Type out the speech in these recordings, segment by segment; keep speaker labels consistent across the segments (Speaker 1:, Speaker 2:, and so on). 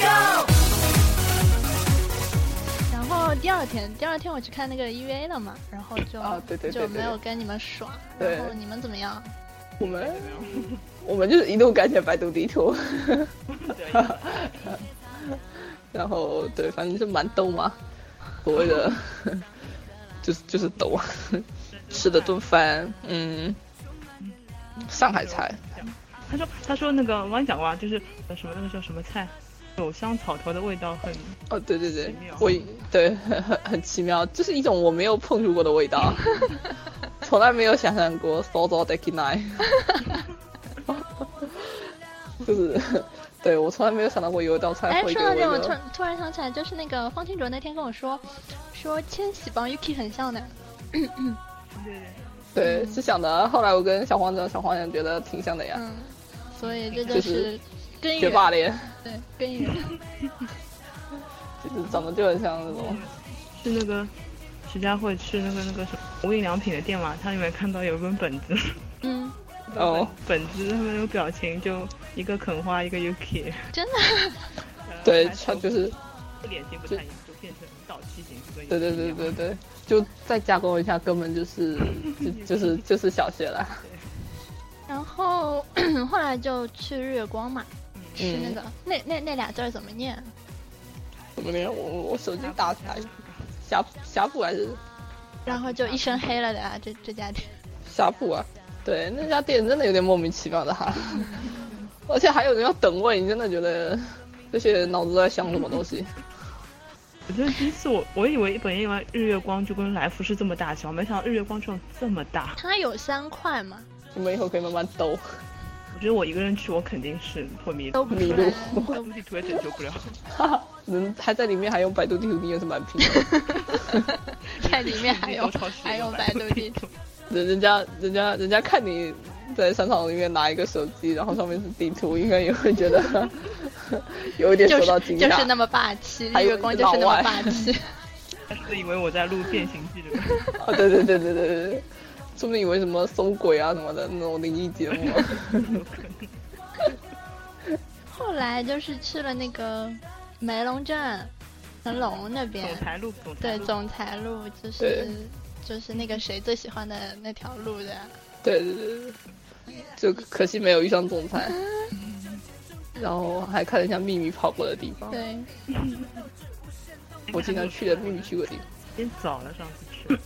Speaker 1: go！
Speaker 2: 然后第二天，第二天我去看那个 EVA 了嘛，然后就、
Speaker 3: 啊对对对
Speaker 2: 就没有跟你们耍。
Speaker 3: 对
Speaker 2: 然后你们怎么样？
Speaker 3: 我们 我们就是一路赶写百度地图，然后对，反正是蛮逗嘛，所谓 的就是就是逗，啊吃了顿饭，嗯，上海菜，
Speaker 4: 他说他说那个我跟你讲过啊，就是呃什么那个叫什么菜，有香草头的味道很
Speaker 3: 哦对对对
Speaker 4: 奇妙，
Speaker 3: 我 对很很很奇妙，就是一种我没有碰触过的味 道，从来没有想象过 s o z o d e k i n a i 就是对我从来没有想到过有一道菜
Speaker 2: 哎，
Speaker 3: 会给
Speaker 2: 说
Speaker 3: 我
Speaker 2: 到
Speaker 3: 一
Speaker 2: 这，我
Speaker 3: 个
Speaker 2: 突然突然想起来，就是那个方清卓那天跟我说，说千玺帮 Yuki 很像的。
Speaker 4: 对对
Speaker 3: 对，是想的。啊后来我跟小黄讲，小黄讲觉得挺像的呀，
Speaker 2: 嗯，所以这就
Speaker 3: 就是是
Speaker 2: 根
Speaker 3: 学
Speaker 2: 源，
Speaker 3: 霸脸，
Speaker 2: 对根 源。
Speaker 3: 就是长得就很像那种。
Speaker 4: 是那个徐家汇去那个那个什么无印良品的店嘛，它里面看到有一本 本子，
Speaker 2: 嗯，
Speaker 3: 哦，
Speaker 4: 本子他们那个表情就一个肯花，一个 Yuki，
Speaker 2: 真的，
Speaker 4: 呃
Speaker 3: 对，
Speaker 4: 还
Speaker 3: 他就是，
Speaker 4: 脸型不太一样，就变成倒七型，所以
Speaker 3: 对对对对对，就再加工一下，根本就是就就是就是小学了。
Speaker 2: 然后 后来就去日月光嘛，吃那
Speaker 3: 嗯
Speaker 2: 个、那那那俩字儿怎么念？
Speaker 3: 怎么连我我手机打起来，霞霞浦还是
Speaker 2: 然后就一身黑了的
Speaker 3: 嗯
Speaker 2: 啊，这这家店。
Speaker 3: 霞浦啊？对，那家店真的有点莫名其妙 的哈，而且还有人要等位，你真的觉得这些人脑子都在想什么东西？
Speaker 4: 我觉得第一次我我以为本以为日月光就跟来福士这么大小，没想到日月光这种这么大。
Speaker 2: 它有三块嘛，
Speaker 3: 你们以后可以慢慢兜。
Speaker 4: 我觉得我一个人去，我肯定是会迷
Speaker 2: 都
Speaker 4: 路，
Speaker 2: 不出
Speaker 3: 迷
Speaker 2: 来
Speaker 3: 路。
Speaker 4: 我估计图也拯救不了。
Speaker 3: 哈哈，人还在里面还用百度地图，你也是蛮拼 的。
Speaker 2: 看里面 还有
Speaker 4: 超市
Speaker 2: 还有
Speaker 4: 有
Speaker 2: 百度地图，
Speaker 3: 人人家人家人家看你在商场里面拿一个手机，然后上面是地图，应该也会 觉得 有一点
Speaker 2: 就
Speaker 3: 受到
Speaker 2: 是
Speaker 3: 惊
Speaker 2: 就
Speaker 3: 讶。
Speaker 2: 是那么霸气，
Speaker 3: 还
Speaker 2: 日
Speaker 3: 有
Speaker 2: 月光就是那
Speaker 3: 老
Speaker 2: 么
Speaker 3: 外
Speaker 2: 霸 气。
Speaker 4: 他是以为我在录变形记录，
Speaker 3: 啊， 对对对对对对对，说不定以为什么搜鬼啊什么的那种灵异节目。啊
Speaker 4: 有可能。
Speaker 2: 后来就是去了那个梅龙镇，成龙那边
Speaker 4: 总，裁路，总裁
Speaker 2: 对
Speaker 4: 路，
Speaker 2: 总裁路，就是
Speaker 3: 对
Speaker 2: 就是那个谁最喜欢的那条路的。
Speaker 3: 对对对对，就可惜没有遇上总裁。然后还看了一下秘密跑过的地方，
Speaker 2: 对，
Speaker 3: 我经常去的秘密去过的地方。
Speaker 4: 有点早了，上次去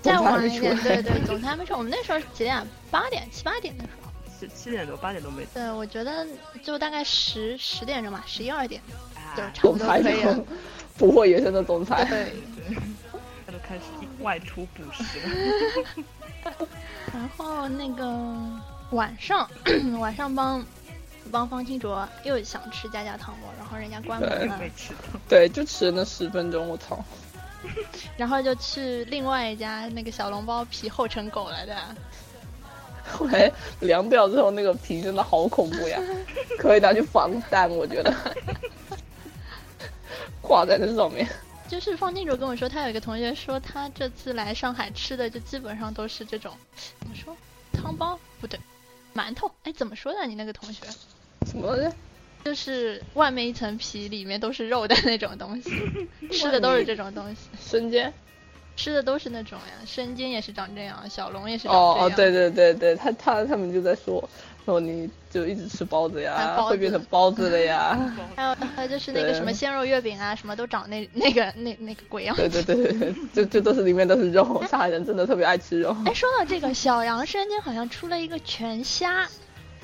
Speaker 2: 再
Speaker 3: 总裁
Speaker 2: 晚
Speaker 3: 没
Speaker 2: 一
Speaker 3: 出
Speaker 2: 点，
Speaker 3: 来
Speaker 2: 对对， 总裁没说，我们那时候几点？啊八点、七八点的时候。
Speaker 4: 七七点多八点多没。
Speaker 2: 对，我觉得就大概十十点钟吧，十一二点
Speaker 4: 啊
Speaker 2: 就差不
Speaker 3: 总
Speaker 2: 多
Speaker 3: 裁
Speaker 2: 可以了
Speaker 3: 那。种捕获野生的总裁。
Speaker 2: 对，
Speaker 4: 对，他都开始外出捕食了。
Speaker 2: 然后那个晚上， 晚上帮帮方清卓又想吃家家糖果，然后人家关门了
Speaker 4: 没，吃到，
Speaker 3: 对，就迟了那十分钟，我操！
Speaker 2: 然后就去另外一家那个小笼包皮厚成狗来的，
Speaker 3: 后来凉掉之后，那个皮真的好恐怖呀，可以拿去防弹，我觉得。挂在那上面，
Speaker 2: 就是方静卓跟我说，他有一个同学说，他这次来上海吃的就基本上都是这种，怎么说，汤包不对，馒头，哎，怎么说的？你那个同学
Speaker 3: 什么东西？
Speaker 2: 就是外面一层皮，里面都是肉的那种东西，吃的都是这种东西，
Speaker 3: 生煎？
Speaker 2: 吃的都是那种呀，生煎也是长这样，小龙也是长这样。
Speaker 3: 哦哦，对对对对，他他他们就在说，说你就一直吃包子呀
Speaker 2: 啊，包子
Speaker 3: 会变成包子的呀。
Speaker 2: 还有还有就是那个
Speaker 3: 对
Speaker 2: 什么鲜肉月饼啊，什么都长那那个那那个鬼样。
Speaker 3: 对对对对对，就就都是里面都是肉，上海人真的特别爱吃肉。
Speaker 2: 哎，说到这个，小杨生煎好像出了一个全虾，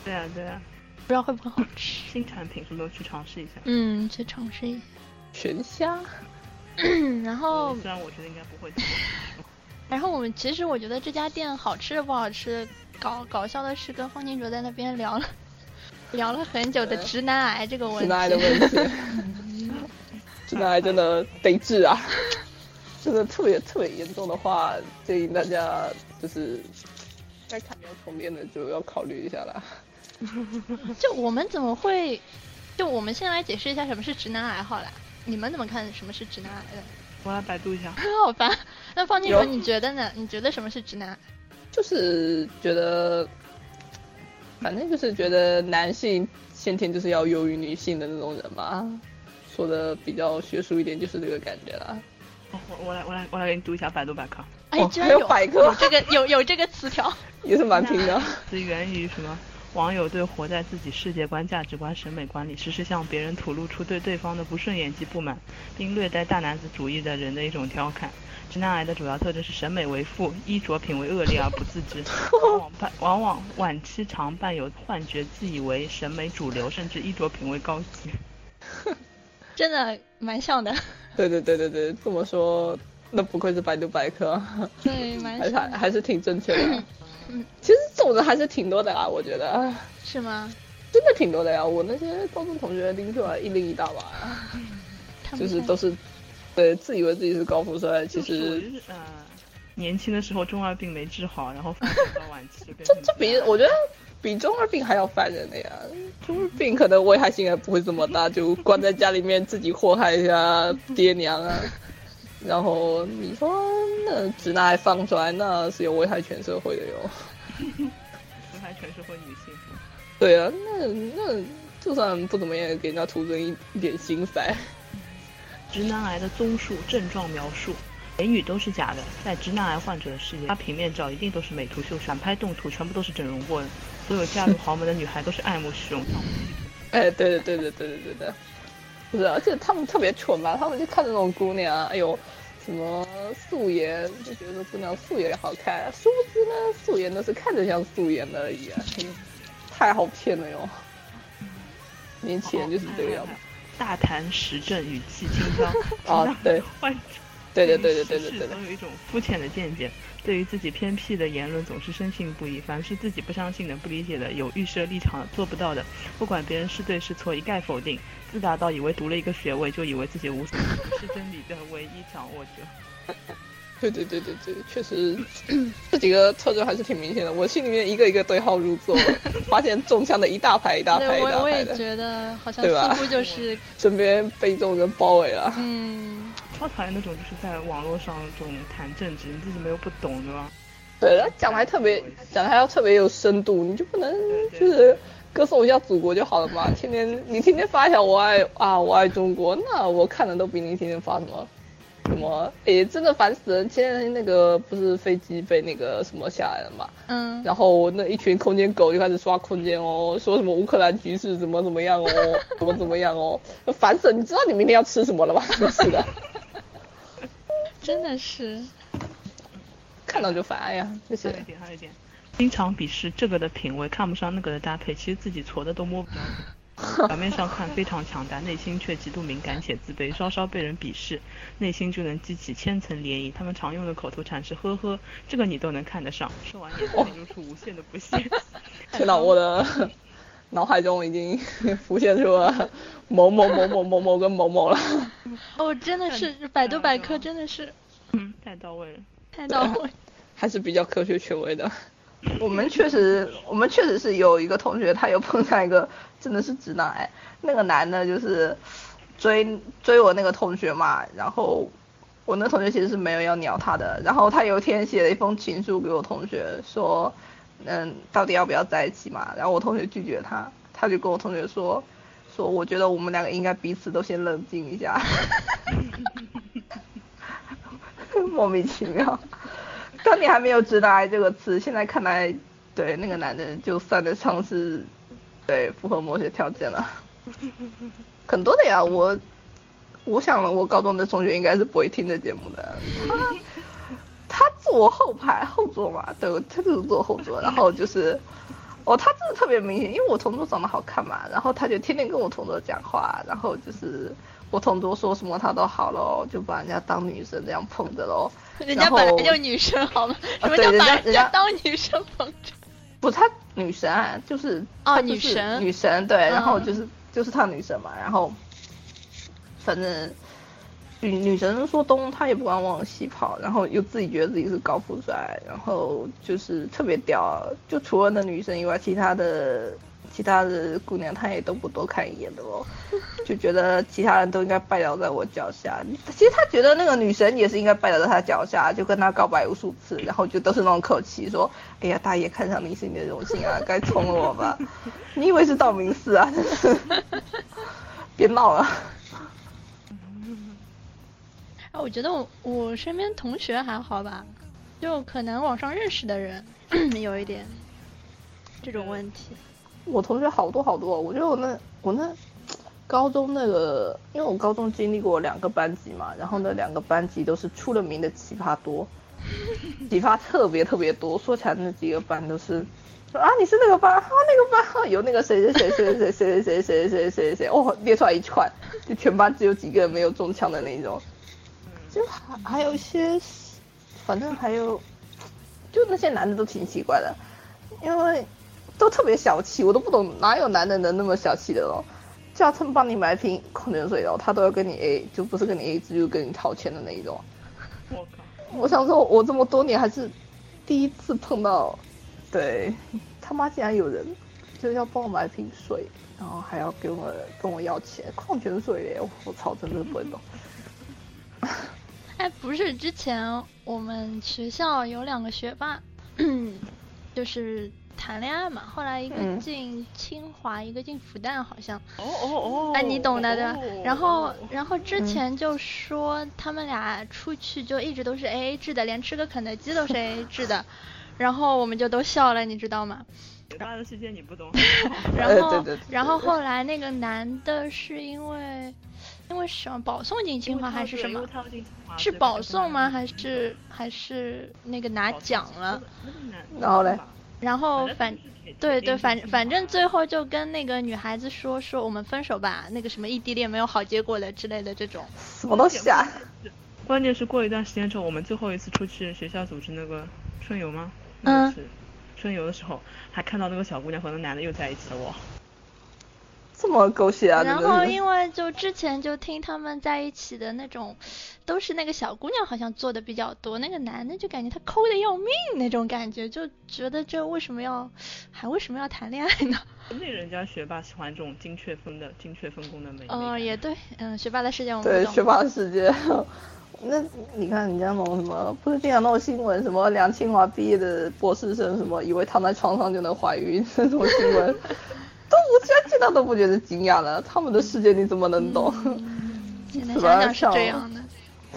Speaker 4: 对啊对啊，
Speaker 2: 不知道会不会好吃。
Speaker 4: 新产品是不是都去尝试一下？
Speaker 2: 嗯，去尝试一下。
Speaker 3: 全虾，
Speaker 2: 嗯，然后
Speaker 4: 虽然我觉得应该不会吃，
Speaker 2: 然后我们其实我觉得这家店好吃不好吃，搞搞笑的是跟方金卓在 那边聊了聊了很久的
Speaker 3: 对
Speaker 2: 直男癌这个问
Speaker 3: 嗯直
Speaker 2: 题。
Speaker 3: 男癌的问题。真的还真的得治啊！真的特别特别严重的话，建议大家就是该看要重练的就要考虑一下啦。
Speaker 2: 就我们怎么会？就我们先来解释一下什么是直男癌好了。你们怎么看什么是直男癌的？
Speaker 4: 我来百度一下。
Speaker 2: 好烦。那方静
Speaker 3: 有
Speaker 2: 茹，你觉得呢？你觉得什么是直男癌？
Speaker 3: 就是觉得，反正就是觉得男性先天就是要优于女性的那种人嘛。说的比较学术一点，就是这个感觉啦。
Speaker 4: 哦我我来我来我来给你读一下百度百科，
Speaker 2: 哎，
Speaker 3: 哦
Speaker 2: 居然
Speaker 3: 还有百科
Speaker 2: 这个有有这个词 条。
Speaker 3: 也是蛮拼的。
Speaker 4: 是源于什么？网友对活在自己世界观、价值观、审美观里，时时向别人吐露出对对方的不顺眼及不满，并略带大男子主义的人的一种调侃。直男癌的主要特征是审美为负，衣着品味恶劣而不自 知，往往伴往往晚期常伴有幻觉，自以为审美主流，甚至衣着品味高级。
Speaker 2: 真的蛮像的，
Speaker 3: 对对对对对，这么说，那不愧是百度百科，啊
Speaker 2: 对，蛮
Speaker 3: 还是
Speaker 2: 像的，
Speaker 3: 还是挺正确的。啊其实这种人还是挺多的啦，我觉得，唉
Speaker 2: 是吗？
Speaker 3: 真的挺多的呀。啊我那些高中同学拎出来一拎一大把，啊
Speaker 2: 他
Speaker 3: 就
Speaker 2: 们
Speaker 3: 是
Speaker 2: 像
Speaker 3: 都是，对，自以为自己是高富帅，其
Speaker 4: 就是我
Speaker 3: 实
Speaker 4: 就是呃，年轻的时候中二病没治好，然后发展到晚期就变
Speaker 3: 这
Speaker 4: 成
Speaker 3: 这比我觉得比中二病还要烦人的呀。中二病可能危害性还不会这么大，就关在家里面自己祸害一下爹娘啊。然后你说那直男癌放出来，那是有危害全社会的哟。
Speaker 4: 平台全社会女性。
Speaker 3: 对啊，那那就算不怎么样，也给人家徒增一一点心塞。
Speaker 4: 直男癌的综述症状描述，言语都是假的。在直男癌患者的世界，他平面照一定都是美图秀闪拍动图，全部都是整容过的。所有嫁入豪门的女孩都是爱慕虚荣。
Speaker 3: 哎，对对对对对对对对，不是，啊而且他们特别蠢吧？他们就看那种姑娘，哎呦，什么素颜，就觉得姑娘素颜好看，殊不知呢，素颜那是看着像素颜的而已、啊，哎呦太好骗了哟！年轻人就是这
Speaker 4: 哦
Speaker 3: 个样子。
Speaker 4: 大谈时政，语气轻佻。
Speaker 3: 啊
Speaker 4: 直男
Speaker 3: 对
Speaker 4: 患者
Speaker 3: 对对对对
Speaker 4: 于
Speaker 3: 对
Speaker 4: 时
Speaker 3: 对
Speaker 4: 事
Speaker 3: 对对
Speaker 4: 总，有一种肤浅的见解，对于自己偏僻的言论总是深信不疑，凡是自己不相信的、不理解的、有预设立场的、做不到的，不管别人是对是错，一概否定，自大到以为读了一个学位就以为自己无所不是真理的唯一掌握者。
Speaker 3: 对对对对对，确实这几个特征还是挺明显的。我心里面一个一个对号入座，发现中枪的一大排一大排
Speaker 2: 对
Speaker 3: 一大
Speaker 2: 我我
Speaker 3: 排
Speaker 2: 也
Speaker 3: 的，
Speaker 2: 觉得好像
Speaker 3: 对吧
Speaker 2: 似乎 就是
Speaker 3: 身边被这种人包围了。
Speaker 2: 嗯，
Speaker 4: 超讨厌那种就是在网络上这种谈政治，你自己没有不懂对吧？
Speaker 3: 对，他讲的还特别，讲的还要特别有深度，你就不能就是歌颂一下祖国就好了嘛？天天你天天发一条我爱啊我爱中国，那我看的都比你天天发什么什么，诶，真的烦死人！前两天那个不是飞机被那个什么下来了嘛？
Speaker 2: 嗯，
Speaker 3: 然后那一群空间狗就开始刷空间哦，说什么乌克兰局势怎么怎么样哦， 怎么怎么样哦，烦死了！你知道你明天要吃什么了吧？ 真是的，
Speaker 2: 真的是，
Speaker 3: 看到就烦，哎呀，这些
Speaker 4: 还有一点，还有一点，经常鄙视这个的品味，看不上那个的搭配，其实自己挫的都摸不着头。表面上看非常强大，内心却极度敏感且自卑，稍稍被人鄙视，内心就能激起千层涟漪。他们常用的口头禅是“呵呵”，这个你都能看得上。说完眼神里露出无限的不屑。
Speaker 3: 天呐，我的 脑海中已经浮现出了某某某某某某跟某某了。
Speaker 2: 哦，真的是百度百科真的是
Speaker 4: 嗯，太到位了。
Speaker 2: 太到位，
Speaker 3: 还是比较科学权威的。 我们确实，我们确实是有一个同学，他有碰上一个真的是直男癌，那个男的就是追追我那个同学嘛，然后我那同学其实是没有要鸟他的，然后他有一天写了一封情书给我同学，说，嗯，到底要不要在一起嘛？然后我同学拒绝他，他就跟我同学说，说我觉得我们两个应该彼此都先冷静一下， 莫名其妙。当年还没有“直男癌”这个词，现在看来，对那个男的就算得上是，对符合某些条件了。 很多的呀，我，我想我高中的同学应该是不会听这节目的。他他坐我后排后座嘛，对，他就是坐我后座，然后就是，哦，他真的特别明显，因为我同桌长得好看嘛，然后他就天天跟我同桌讲话，然后就是我同桌说什么他都好喽，就把人家当女生这样捧着喽。
Speaker 2: 人家
Speaker 3: 然后哦
Speaker 2: 本来就女生好吗？什么
Speaker 3: 对
Speaker 2: 叫
Speaker 3: 人
Speaker 2: 把
Speaker 3: 家
Speaker 2: 人
Speaker 3: 人家
Speaker 2: 当女生捧着？
Speaker 3: 不，她女神啊，就是
Speaker 2: 哦
Speaker 3: 她就是
Speaker 2: 女神
Speaker 3: 女神对，
Speaker 2: 嗯
Speaker 3: 然后就是、就是她女神嘛，然后反正女女神说东，她也不敢往西跑，然后又自己觉得自己是高富帅，然后就是特别屌。就除了那女生以外，其他的其他的姑娘她也都不多看一眼的哦，就觉得其他人都应该拜倒在我脚下。其实她觉得那个女神也是应该拜倒在她脚下，就跟她告白无数次，然后就都是那种口气说：“哎呀，大爷看上你是你的荣幸啊，该宠我吧。”你以为是道明寺啊？真 是，别闹了。
Speaker 2: 啊，我觉得我我身边同学还好吧，就可能网上认识的人 有一点这种问题。
Speaker 3: 我同学好多好多，我觉得我那我那高中那个，因为我高中经历过两个班级嘛，然后那两个班级都是出了名的奇葩多，奇葩特别特别多。说起来那几个班都是，说啊你是那个班，啊那个班啊有那个谁谁谁谁谁谁谁谁谁谁谁谁，哦列出来一串，就全班只有几个人没有中枪的那种，就还还有一些，反正还有，就那些男的都挺奇怪的，因为。都特别小气，我都不懂哪有男人能那么小气的咯。叫他们帮你买瓶矿泉水哦，他都要跟你 A，就不是跟你 A 制，就跟你掏钱的那一种。
Speaker 4: 我靠，
Speaker 3: 我想说，我这么多年还是第一次碰到，对他妈竟然有人就要帮我买瓶水，然后还要给我跟我要钱，矿泉水耶！我我操，真的不会懂。
Speaker 2: 哎，不是，之前我们学校有两个学霸， 就是谈恋爱嘛，后来一个
Speaker 3: 嗯
Speaker 2: 进清华，一个进复旦，好像。
Speaker 4: 哦哦哦，
Speaker 2: 哎，你懂的对吧
Speaker 4: 哦？
Speaker 2: 然后
Speaker 4: 哦，
Speaker 2: 然后之前就说他们俩出去就一直都是 A A 制的，连吃个肯德基都是 A A 制的， 然后我们就都笑了，你知道吗？
Speaker 4: 学霸的世界你不懂，
Speaker 2: 然
Speaker 3: 哎
Speaker 2: 后，
Speaker 3: 对对对
Speaker 2: 然后后来那个男的是因为因为什么保送进清华还是什么？是保送吗？还是还是那个拿奖了？？
Speaker 3: 然后嘞
Speaker 2: 然后反对对，反反正最后就跟那个女孩子说说我们分手吧，那个什么异地恋没有好结果的之类的这种。
Speaker 3: 什么东 西啊？
Speaker 4: 关键是过一段时间之后，我们最后一次出去学校组织那个春游吗？
Speaker 2: 嗯
Speaker 4: 那个是春游的时候，还看到那个小姑娘和那男的又在一起了，哇！
Speaker 3: 这么狗血啊！
Speaker 2: 然
Speaker 3: 真的
Speaker 2: 后
Speaker 3: 是
Speaker 2: 因为就之前就听他们在一起的那种，都是那个小姑娘好像做的比较多，那个男的就感觉他抠的要命那种感觉，就觉得这为什么要还为什么要谈恋爱呢？
Speaker 4: 那人家学霸喜欢这种精确分的、精确分工的美美
Speaker 2: 嗯、
Speaker 4: 感
Speaker 2: 也对，嗯，学霸的世界我们
Speaker 3: 对
Speaker 2: 不
Speaker 3: 学
Speaker 2: 懂。
Speaker 3: 霸世界。 那你看人家那种什么，不是经常那种新闻，什么梁清华毕业的博士生，什么以为躺在床上就能怀孕那种新闻， 都我居然见到都不觉得惊讶了。他们的世界你怎么能懂，
Speaker 2: 现在
Speaker 3: 是
Speaker 2: 想
Speaker 3: 吧
Speaker 2: 想是
Speaker 3: 上
Speaker 2: 这样的，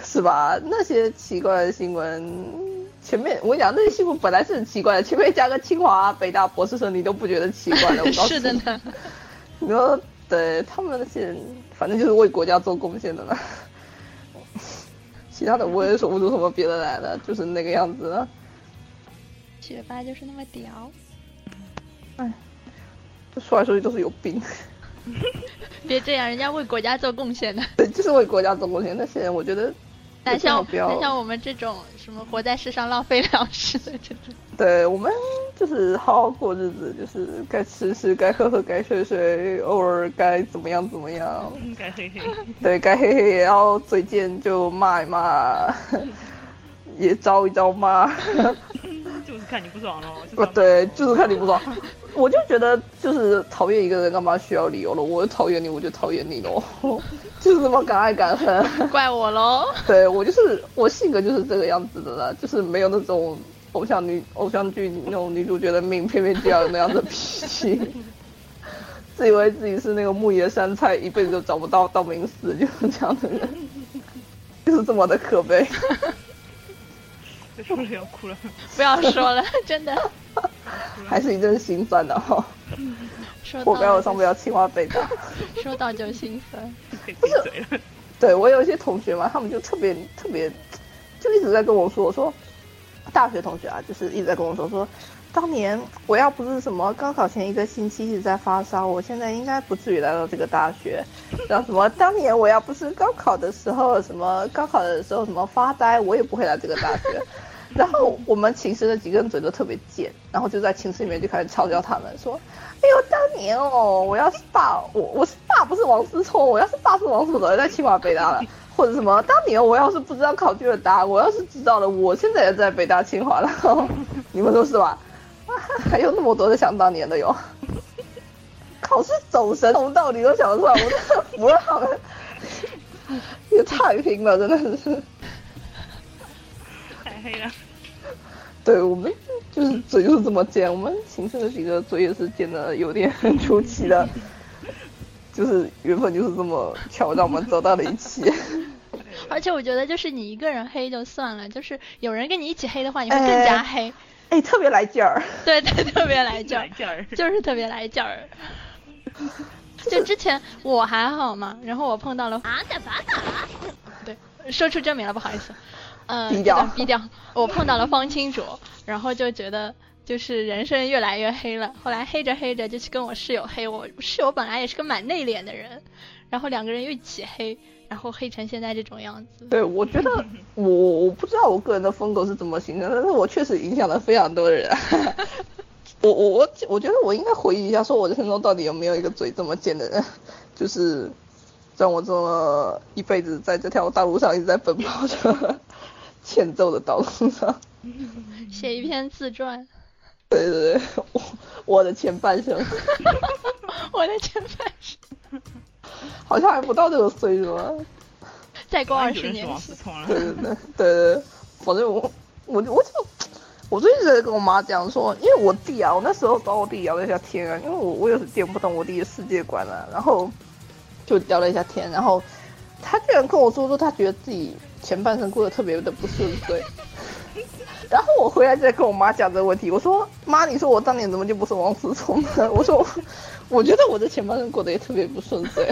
Speaker 3: 是吧？那些奇怪的新闻，前面我讲那些新闻本来是很奇怪的，前面加个清华、北大博士生，你都不觉得奇怪了。我 告诉
Speaker 2: 是的
Speaker 3: 你，
Speaker 2: 呢。
Speaker 3: 你说对他们那些人，反正就是为国家做贡献的了。其他的我也说不出什么别的来了，就是那个样子啊了。
Speaker 2: 学霸就是那么屌，
Speaker 3: 就说来说去都是有病，
Speaker 2: 别这样，人家为国家做贡献 的。
Speaker 3: 对，就是为国家做贡献。那些人我觉得，
Speaker 2: 哪
Speaker 3: 最好
Speaker 2: 像
Speaker 3: 不要
Speaker 2: 哪像我们这种什么活在世上浪费粮食的这种，
Speaker 3: 对我们就是好好过日子，就是该吃吃，该喝喝，该睡睡，偶尔该怎么样怎么样，
Speaker 4: 应该 嘿嘿，
Speaker 3: 对该嘿嘿也要嘴贱就骂一骂， 也招一招骂。
Speaker 4: 就是看你不爽咯。就
Speaker 3: 啊，
Speaker 4: 是
Speaker 3: 对，就是看你不爽。我就觉得，就是讨厌一个人干嘛需要理由了？我讨厌你，我就讨厌你喽， 就是这么敢爱敢恨。
Speaker 2: 怪我喽。
Speaker 3: 对我就是我性格就是这个样子的啦，就是没有那种偶像女偶像剧那种女主角的命，偏偏就要有那样的脾气。 自以为自己是那个牧野山菜，一辈子都找不到道明寺，就是这样的人， 就是这么的可悲。
Speaker 4: 被说了要哭了，
Speaker 2: 不要说了， 真的。
Speaker 3: 还是一阵心酸的哈、哦，
Speaker 2: 说
Speaker 3: 活该
Speaker 2: 到
Speaker 3: 我上不了清华北大。
Speaker 2: 说到就兴奋。
Speaker 4: 可以闭嘴了。
Speaker 3: 对我有一些同学嘛，他们就特别特别，就一直在跟我说，我说大学同学啊，就是一直在跟我说说，当年我要不是什么高考前一个星期一直在发烧，我现在应该不至于来到这个大学。 然后什么，当年我要不是高考的时候什么高考的时候什么发呆，我也不会来这个大学。然后我们寝室的几个人嘴都特别贱，然后就在寝室里面就开始嘲笑他们说：“哎呦，当年哦，我要是爸，我我是爸不是王思聪，我要是爸是王思聪，在清华北大了。或者什么。当年我要是不知道考卷的答案，我要是知道了，我现在也在北大清华了。 你们说是吧？啊还有那么多的想当年的哟。考试走神，从道理都想得出来，我真的服了 他们，也太拼了，真的是。
Speaker 4: 太黑了。
Speaker 3: 对我们 就是嘴就是这么贱，我们形成的几个嘴也是贱的有点出奇 的，就是缘分就是这么巧，让我们走到了一起。
Speaker 2: 而且我觉得，就是你一个人黑就算了，就是有人跟你一起黑的话，你会更加
Speaker 3: 哎
Speaker 2: 黑。
Speaker 3: 哎，特别来劲儿，
Speaker 2: 对对，特别来劲儿
Speaker 4: 来，劲儿
Speaker 2: 就是特别来劲 儿。就之前我还好嘛，然后我碰到了啊打巴打，对，说出真名了，不好意思，呃，
Speaker 3: 低调
Speaker 2: 这段低调。我碰到了方清卓，然后就觉得就是人生越来越黑了。后来黑着黑着就去跟我室友黑，我室友本来也是个蛮内敛的人，然后两个人又一起黑，然后黑成现在这种样子。
Speaker 3: 对我觉得我我不知道我个人的风格是怎么形成的，但是我确实影响了非常多的人。 我我我我觉得我应该回忆一下，说我人生中到底有没有一个嘴这么贱的人，就是让我这么一辈子在这条大路上一直在奔跑着 欠揍的道路上。
Speaker 2: 写一篇自传，
Speaker 3: 对对对，我我的前半生
Speaker 2: 我的前半生，
Speaker 3: 好像还不到这个岁数啊。
Speaker 2: 再过
Speaker 4: 啊
Speaker 2: 二
Speaker 4: 有
Speaker 2: 十
Speaker 4: 人是
Speaker 2: 年
Speaker 4: 王
Speaker 2: 前
Speaker 4: 思聪了
Speaker 3: 对。对对对对，反正我我我就我最近在跟我妈讲说，因为我弟啊，我那时候找我弟聊了一下天啊，因为我我也是见不懂我弟的世界观啊，然后就聊了一下天，然后他居然跟我说说他觉得自己前半生过得特别的不顺遂。 然后我回来再跟我妈讲这个问题，我说妈，你说我当年怎么就不是王思聪呢？ 我说我我觉得我的前半生过得也特别不顺遂。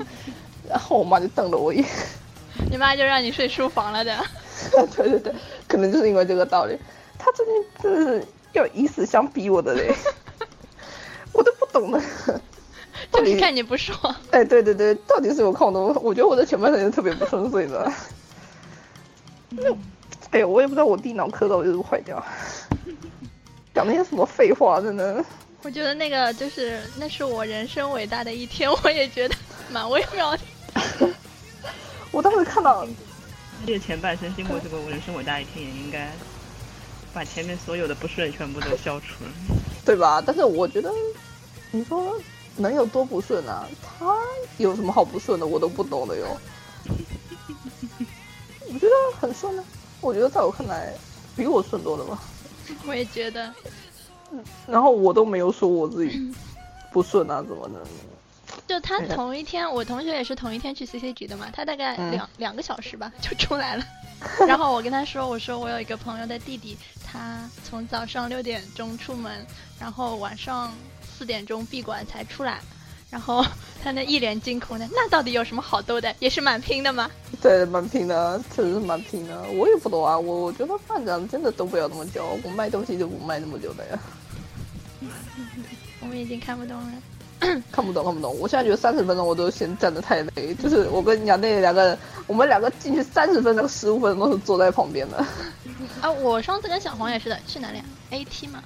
Speaker 3: 然后我妈就瞪了我一眼。
Speaker 2: 你妈就让你睡书房了的。
Speaker 3: 对对对，可能就是因为这个道理。他最近真的是要以死相逼我的 嘞，我都不懂了。到
Speaker 2: 就
Speaker 3: 底
Speaker 2: 是看你不爽。
Speaker 3: 哎，对对对，到底是有空的？我我觉得我的前半生是特别不顺遂的。
Speaker 2: 嗯
Speaker 3: 那，哎呀，我也不知道我弟脑壳到底是不是坏掉，讲那些什么废话，真的。
Speaker 2: 我觉得那个就是那是我人生伟大的一天，我也觉得 蛮微妙的。
Speaker 3: 我当时看到，
Speaker 4: 这个前半生经过这个人生伟大一天，也应该把前面所有的不顺全部都消除了。
Speaker 3: 对吧？但是我觉得，你说能有多不顺啊？他有什么好不顺的？我都不懂的哟。我觉得很顺呢、我觉得在我看来，比我顺多了吧。
Speaker 2: 我也觉得，
Speaker 3: 然后我都没有说我自己不顺啊，怎么的？
Speaker 2: 就他
Speaker 3: 嗯
Speaker 2: 同一天，我同学也是同一天去 CCG 的嘛，他大概
Speaker 3: 嗯
Speaker 2: 两、两个小时吧就出来了。然后我跟他说，我说我有一个朋友的弟弟，他从早上六点钟出门，然后晚上四点钟闭馆才出来。然后 他那一脸惊恐的，那到底有什么好斗的？也是蛮拼的嘛。
Speaker 3: 对，蛮拼的，啊确实是蛮拼的。我也不懂啊，我我觉得班长真的等不了那么久，我卖东西就不卖那么久的呀。
Speaker 2: 我们已经看不懂了。
Speaker 3: 看不懂，看不懂。我现在觉得三十分钟我都嫌站得太累，就是我跟杨内两个人，我们两个进去三十分钟、十五分钟都是坐在旁边的。
Speaker 2: 啊，我上次跟小黄也是的，去哪里啊？AT 嘛。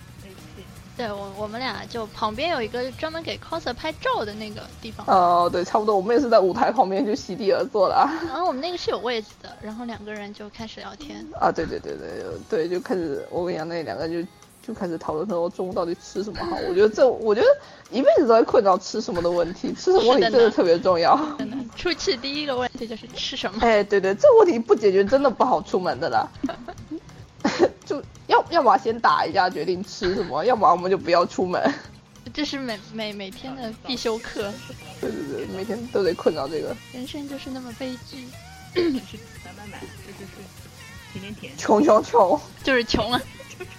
Speaker 2: 对我，我们俩就旁边有一个专门给 coser 拍照的那个地方，
Speaker 3: 哦，对，差不多，我们也是在舞台旁边就席地而坐了啊。
Speaker 2: 然后我们那个是有位置的，然后两个人就开始聊天。
Speaker 3: 啊，对对对对对，就开始我跟杨内两个人就就开始讨论说中午到底吃什么好。我觉得这，我觉得一辈子都在困扰吃什么的问题，吃什么问题
Speaker 2: 是的呢
Speaker 3: 真的特别重要。
Speaker 2: 真的，出去第一个问题就是吃什么。
Speaker 3: 哎，对对，这个问题不解决真的不好出门的啦。 就要要么先打一架决定吃什么，要么我们就不要出门。
Speaker 2: 这是每每每天的必修课，
Speaker 3: 对对对，每天都得困扰这个，
Speaker 2: 人生就是那么悲剧，
Speaker 4: 去买买买，吃吃吃，甜甜甜。
Speaker 3: 穷穷穷
Speaker 2: 就是穷啊。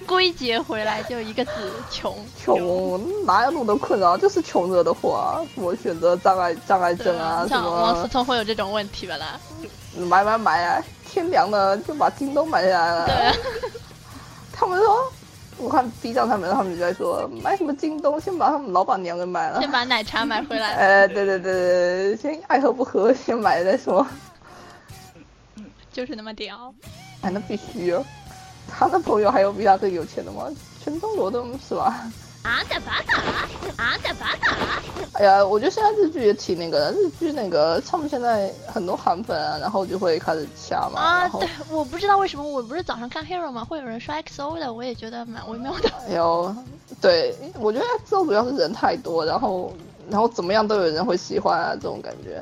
Speaker 2: 归结回来就一个字，穷。
Speaker 3: 穷，哪有那么多困扰？就是穷惹的祸啊！什么选择障碍障碍症啊，什
Speaker 2: 像王思
Speaker 3: 么
Speaker 2: 聪会有这种问题吧啦？
Speaker 3: 买买买啊，天凉了就把京东买下来
Speaker 2: 对
Speaker 3: 了。
Speaker 2: 啊，
Speaker 3: 他们说，我看 B 站上面他们就在说，买什么京东，先把他们老板娘给买了
Speaker 2: 先。把奶茶买回来。
Speaker 3: 哎，对对对对，对先爱喝不喝， 先买了再说。
Speaker 2: 就是那么屌。
Speaker 3: 哎，那必须啊！他的朋友还有比他更有钱的吗？全中国都是吧？
Speaker 5: 啊啊打巴打，啊打巴打，
Speaker 3: 哎呀，我觉得现在日剧也挺那个的，日剧那个他们现在很多韩粉啊，然后就会开始掐嘛，
Speaker 2: 啊，
Speaker 3: 然后
Speaker 2: 对，我不知道为什么，我不是早上看 Hero 嘛，会有人说 XO 的，我也觉得蛮微妙的。
Speaker 3: 哎呦，对，我觉得 XO 主要是人太多，然后然后怎么样都有人会喜欢啊，这种感觉。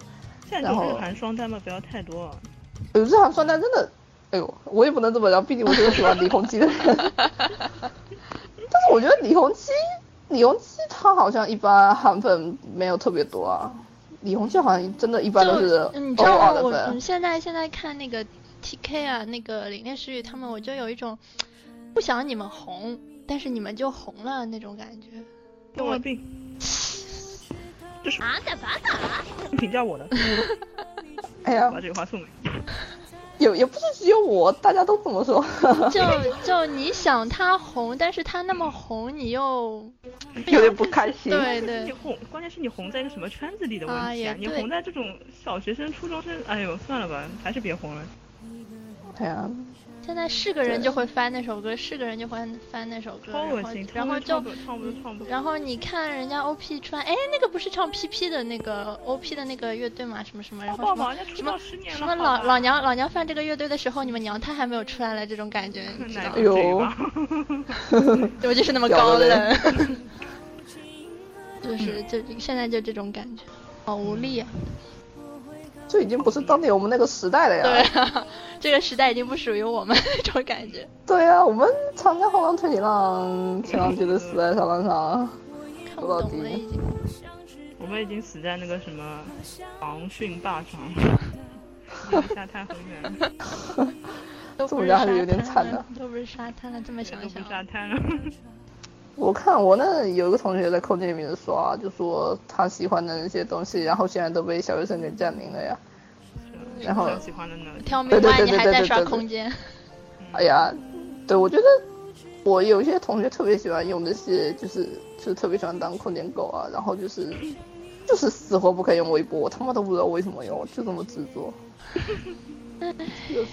Speaker 4: 现
Speaker 3: 然
Speaker 4: 在这种
Speaker 3: 后
Speaker 4: 日韩双单嘛，不要太多。
Speaker 3: 有日韩双单真的，哎呦，我也不能这么聊，毕竟我是个喜欢李弘基的人。 但是我觉得李弘基，李弘基他好像一般韩粉没有特别多啊，李弘基好像真的一般都是
Speaker 2: 就嗯你知
Speaker 3: 偶
Speaker 2: 道吗？
Speaker 3: 尔的
Speaker 2: 我我
Speaker 3: 粉。
Speaker 2: 现在现在看那个 TK 啊，那个凛冽诗雨他们，我就有一种不想你们红，但是你们就红了那种 感觉。
Speaker 4: 动了病，这是
Speaker 2: 啊，干嘛呢？
Speaker 4: 评价我的，
Speaker 3: 哎呀
Speaker 4: 把，这句话送给你。
Speaker 3: 也也不是只有我，大家都这么 说。
Speaker 2: 就就你想他红，但是他那么红，你 又
Speaker 3: 有点不开心。
Speaker 2: 对
Speaker 4: 你
Speaker 2: 对
Speaker 4: 红，关键是你红在一个什么圈子里的问
Speaker 2: 啊
Speaker 4: 题
Speaker 2: 也
Speaker 4: 啊！你
Speaker 2: 对
Speaker 4: 红在这种小学生、初中生，哎呦，算了吧，还是别红了。
Speaker 3: 哎 呀，
Speaker 2: 现在是个人就会翻那首歌，是个人就会翻那首歌，
Speaker 4: 超恶
Speaker 2: 然后
Speaker 4: 心，他
Speaker 2: 然后
Speaker 4: 们
Speaker 2: 就
Speaker 4: 唱不唱不唱不。
Speaker 2: 然后你看人家 OP 穿，哎，那个不是唱 PP 的那个 OP 的那个乐队嘛，什么什么，然
Speaker 4: 好
Speaker 2: 后什
Speaker 4: 不
Speaker 2: 么
Speaker 4: 好？人家出
Speaker 2: 什么
Speaker 4: 道十年了，
Speaker 2: 什么
Speaker 4: 好
Speaker 2: 老
Speaker 4: 吧
Speaker 2: 老娘老娘犯这个乐队的时候，你们娘胎还没有出来嘞，这种感觉，你知
Speaker 4: 奶
Speaker 2: 道吗？
Speaker 4: 子
Speaker 3: 哎呦
Speaker 4: 嘴巴
Speaker 2: 我就是那么高冷， 就是
Speaker 3: 嗯
Speaker 2: 就现在就这种感觉，好无力啊！
Speaker 3: 这已经不是当年我们那个时代了呀。
Speaker 2: 对啊， 这个时代已经不属于我们 这种感觉。
Speaker 3: 对啊呀、我们长江后浪推前浪，前浪就是死在沙滩上。
Speaker 2: 看不懂了已经，
Speaker 4: 我们已经死在那个什么防汛坝上， 离下太很远了，
Speaker 2: 都不
Speaker 3: 这么
Speaker 2: 是沙
Speaker 3: 着还是有点
Speaker 2: 滩
Speaker 3: 惨的
Speaker 2: 了，都不是沙滩了。这么想
Speaker 4: 都不
Speaker 2: 想，
Speaker 4: 沙滩了。
Speaker 3: 嗯我看我那有一个同学在空间里面刷，就说他喜欢的那些东西，然后现在都被小学生给占领了呀。
Speaker 4: 是
Speaker 3: 然后
Speaker 4: 非常喜欢的呢，
Speaker 2: 挑明
Speaker 3: 对对
Speaker 2: 白
Speaker 3: 对
Speaker 2: 你
Speaker 3: 对
Speaker 2: 还
Speaker 3: 对
Speaker 2: 在
Speaker 3: 对
Speaker 2: 刷
Speaker 3: 对对
Speaker 2: 空间。
Speaker 3: 哎呀，对我觉得我有一些同学特别喜欢用这些，就是就是特别喜欢当空间狗啊，然后就是就是死活不肯用微博，我他妈都不知道为什么用，我就这么执着。就是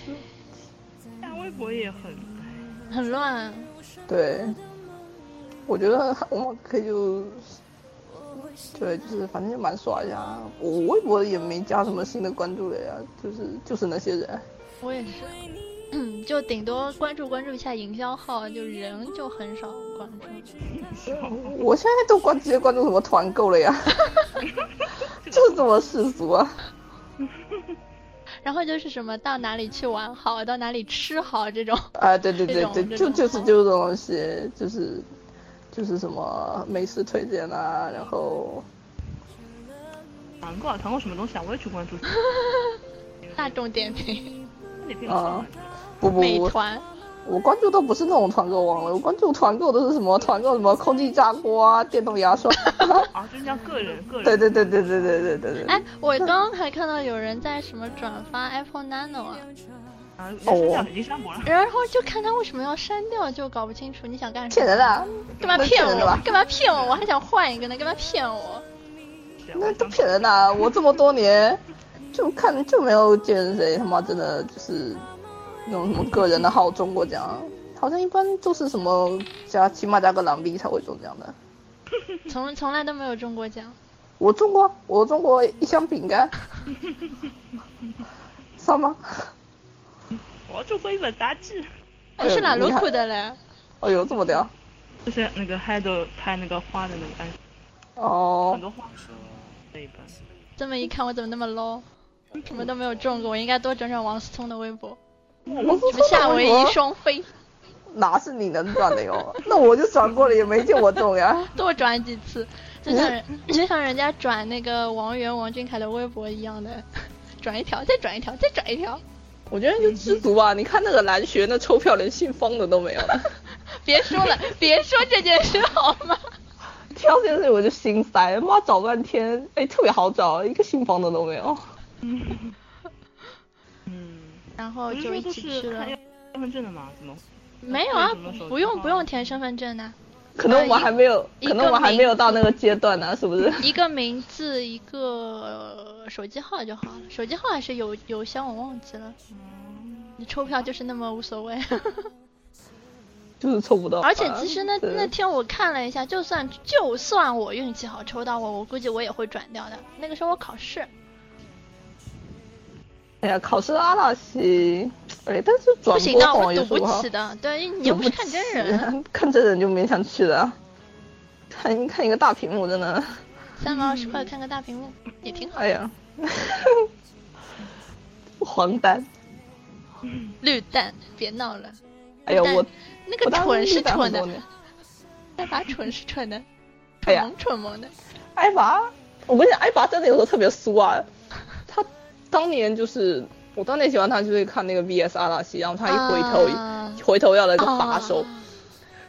Speaker 4: 但微博也很，
Speaker 2: 很乱，啊
Speaker 3: 对，我觉得我们可以就，对，就是反正就蛮刷一下。我微博也没加什么新的关注的呀，就是就是那些人。
Speaker 2: 我也是，嗯，就顶多关注关注一下营销号，就人就很少关注。
Speaker 3: 我现在都关直接关注什么团购了呀， 就是这么世俗啊。
Speaker 2: 然后就是什么到哪里去玩好，到哪里吃好这种，
Speaker 3: 啊，对对
Speaker 2: 这
Speaker 3: 对
Speaker 2: 种
Speaker 3: 对，
Speaker 2: 这
Speaker 3: 就
Speaker 2: 种
Speaker 3: 就是就是这种东西，就是就是什么美食推荐啊，然后
Speaker 4: 团购啊，团购什么东西啊？我也去关注，
Speaker 3: 哦
Speaker 2: 大众点 评、
Speaker 4: 那你别说，
Speaker 3: 不不
Speaker 2: 美
Speaker 3: 不，
Speaker 2: 团，
Speaker 3: 我关注都不是那种团购网了，我关注团购都是什么团购什么空气炸锅啊、电动牙刷。
Speaker 4: 啊，就是叫个人个人。
Speaker 3: 对对对对对对对对对。
Speaker 2: 哎，我刚刚还看到有人在什么转发 iPhone Nano 啊，
Speaker 4: 啊，人
Speaker 3: 哦
Speaker 4: 家删掉已经删博了。啊
Speaker 2: 然后就看他为什么要删掉，就搞不清楚你想干什么。
Speaker 3: 骗人的啊，
Speaker 2: 干嘛
Speaker 3: 那
Speaker 2: 骗
Speaker 3: 人的
Speaker 2: 我
Speaker 3: 吧？？
Speaker 2: 干嘛骗我？我还想换一个呢，干嘛骗我？
Speaker 4: 是啊
Speaker 3: 那都骗人的、啊！我这么多年就看就没有见谁他妈真的就是那种什么个人的号中过奖，啊好像一般都是什么加起码加个狼币才会中奖的。
Speaker 2: 从从来都没有中过奖，
Speaker 3: 我中过，我中过一箱 饼干，算吗？
Speaker 4: 我要中过一本杂志。
Speaker 2: 我是哪
Speaker 3: 哎呦
Speaker 2: 路
Speaker 3: 你看
Speaker 2: 苦的嘞？
Speaker 3: 哎呦，这么屌！
Speaker 4: 就是那个海豆拍那个花的那个，哎，
Speaker 3: 哦
Speaker 4: 很，多花那一本。
Speaker 2: 这么一看，我怎么那么 low？什么都没有中过，我应该多转转王思聪的微博，
Speaker 3: 我
Speaker 2: 什么夏威夷双飞，
Speaker 3: 哪是你能转的哟？那我就转过了，也没见我中呀。
Speaker 2: 多转几次，就像人就像人家转那个王源、王俊凯的微博一样的， 转一条，再转一条，再转一条，
Speaker 3: 我觉得就知足啊吧。嗯你看那个蓝学那抽票，连姓方的都没有了。
Speaker 2: 别说 了，别说这件事好吗？
Speaker 3: 挑这件事我就心塞，妈找半天，哎，特别好找，一个姓方的都没有。
Speaker 4: 嗯，
Speaker 2: 然后
Speaker 3: 哦
Speaker 4: 不是
Speaker 2: 就
Speaker 4: 说
Speaker 2: 一
Speaker 4: 都
Speaker 2: 起去
Speaker 4: 是
Speaker 2: 了
Speaker 4: 看要，身份证的吗？怎么？
Speaker 2: 没有啊
Speaker 4: 什么手，机
Speaker 2: 不用
Speaker 4: 号
Speaker 2: 不用填身份证的、
Speaker 3: 可能我们还没有，
Speaker 2: 呃一
Speaker 3: 可能我们还没有到那个阶段呢、啊是不是？
Speaker 2: 一个名字一个手机号就好了，手机号还是邮邮
Speaker 4: 嗯
Speaker 2: 箱我忘记了。你抽票就是那么无所谓，
Speaker 3: 就是抽不到吧。嗯
Speaker 2: 而且其实那
Speaker 3: 对
Speaker 2: 那天我看了一下，就算就算我运气好抽到我，我估计我也会转掉的。那个时候我考试，
Speaker 3: 哎呀，考试阿拉西，哎，但是
Speaker 2: 不
Speaker 3: 转
Speaker 2: 行
Speaker 3: 播
Speaker 2: 的，
Speaker 3: 好
Speaker 2: 我
Speaker 3: 像也
Speaker 2: 赌
Speaker 3: 是
Speaker 2: 不
Speaker 3: 吧
Speaker 2: 起 的。对，你
Speaker 3: 也
Speaker 2: 又不是看真 人。，啊
Speaker 3: 看真人就勉强去了。看看一个大屏幕，真的，
Speaker 2: 三毛二十块看个大屏幕也挺好。
Speaker 3: 哎呀，黄疸，
Speaker 2: 绿蛋，别闹了，
Speaker 3: 哎呀，
Speaker 2: 但
Speaker 3: 我
Speaker 2: 那
Speaker 3: 我
Speaker 2: 个
Speaker 3: 当
Speaker 2: 蠢
Speaker 3: 时
Speaker 2: 是
Speaker 3: 遇到很
Speaker 2: 蠢
Speaker 3: 多
Speaker 2: 的，
Speaker 3: 年
Speaker 2: 那把蠢是蠢 的，
Speaker 3: 哎
Speaker 2: 蠢
Speaker 3: 呀
Speaker 2: 萌蠢 萌的。
Speaker 3: 艾娃，我跟你讲，艾娃真的有时候特别俗啊。她当年就是我当年喜欢她，就是看那个 VS 阿拉西，然后她一回头、
Speaker 2: 啊
Speaker 3: 回头要了个把手，
Speaker 2: 啊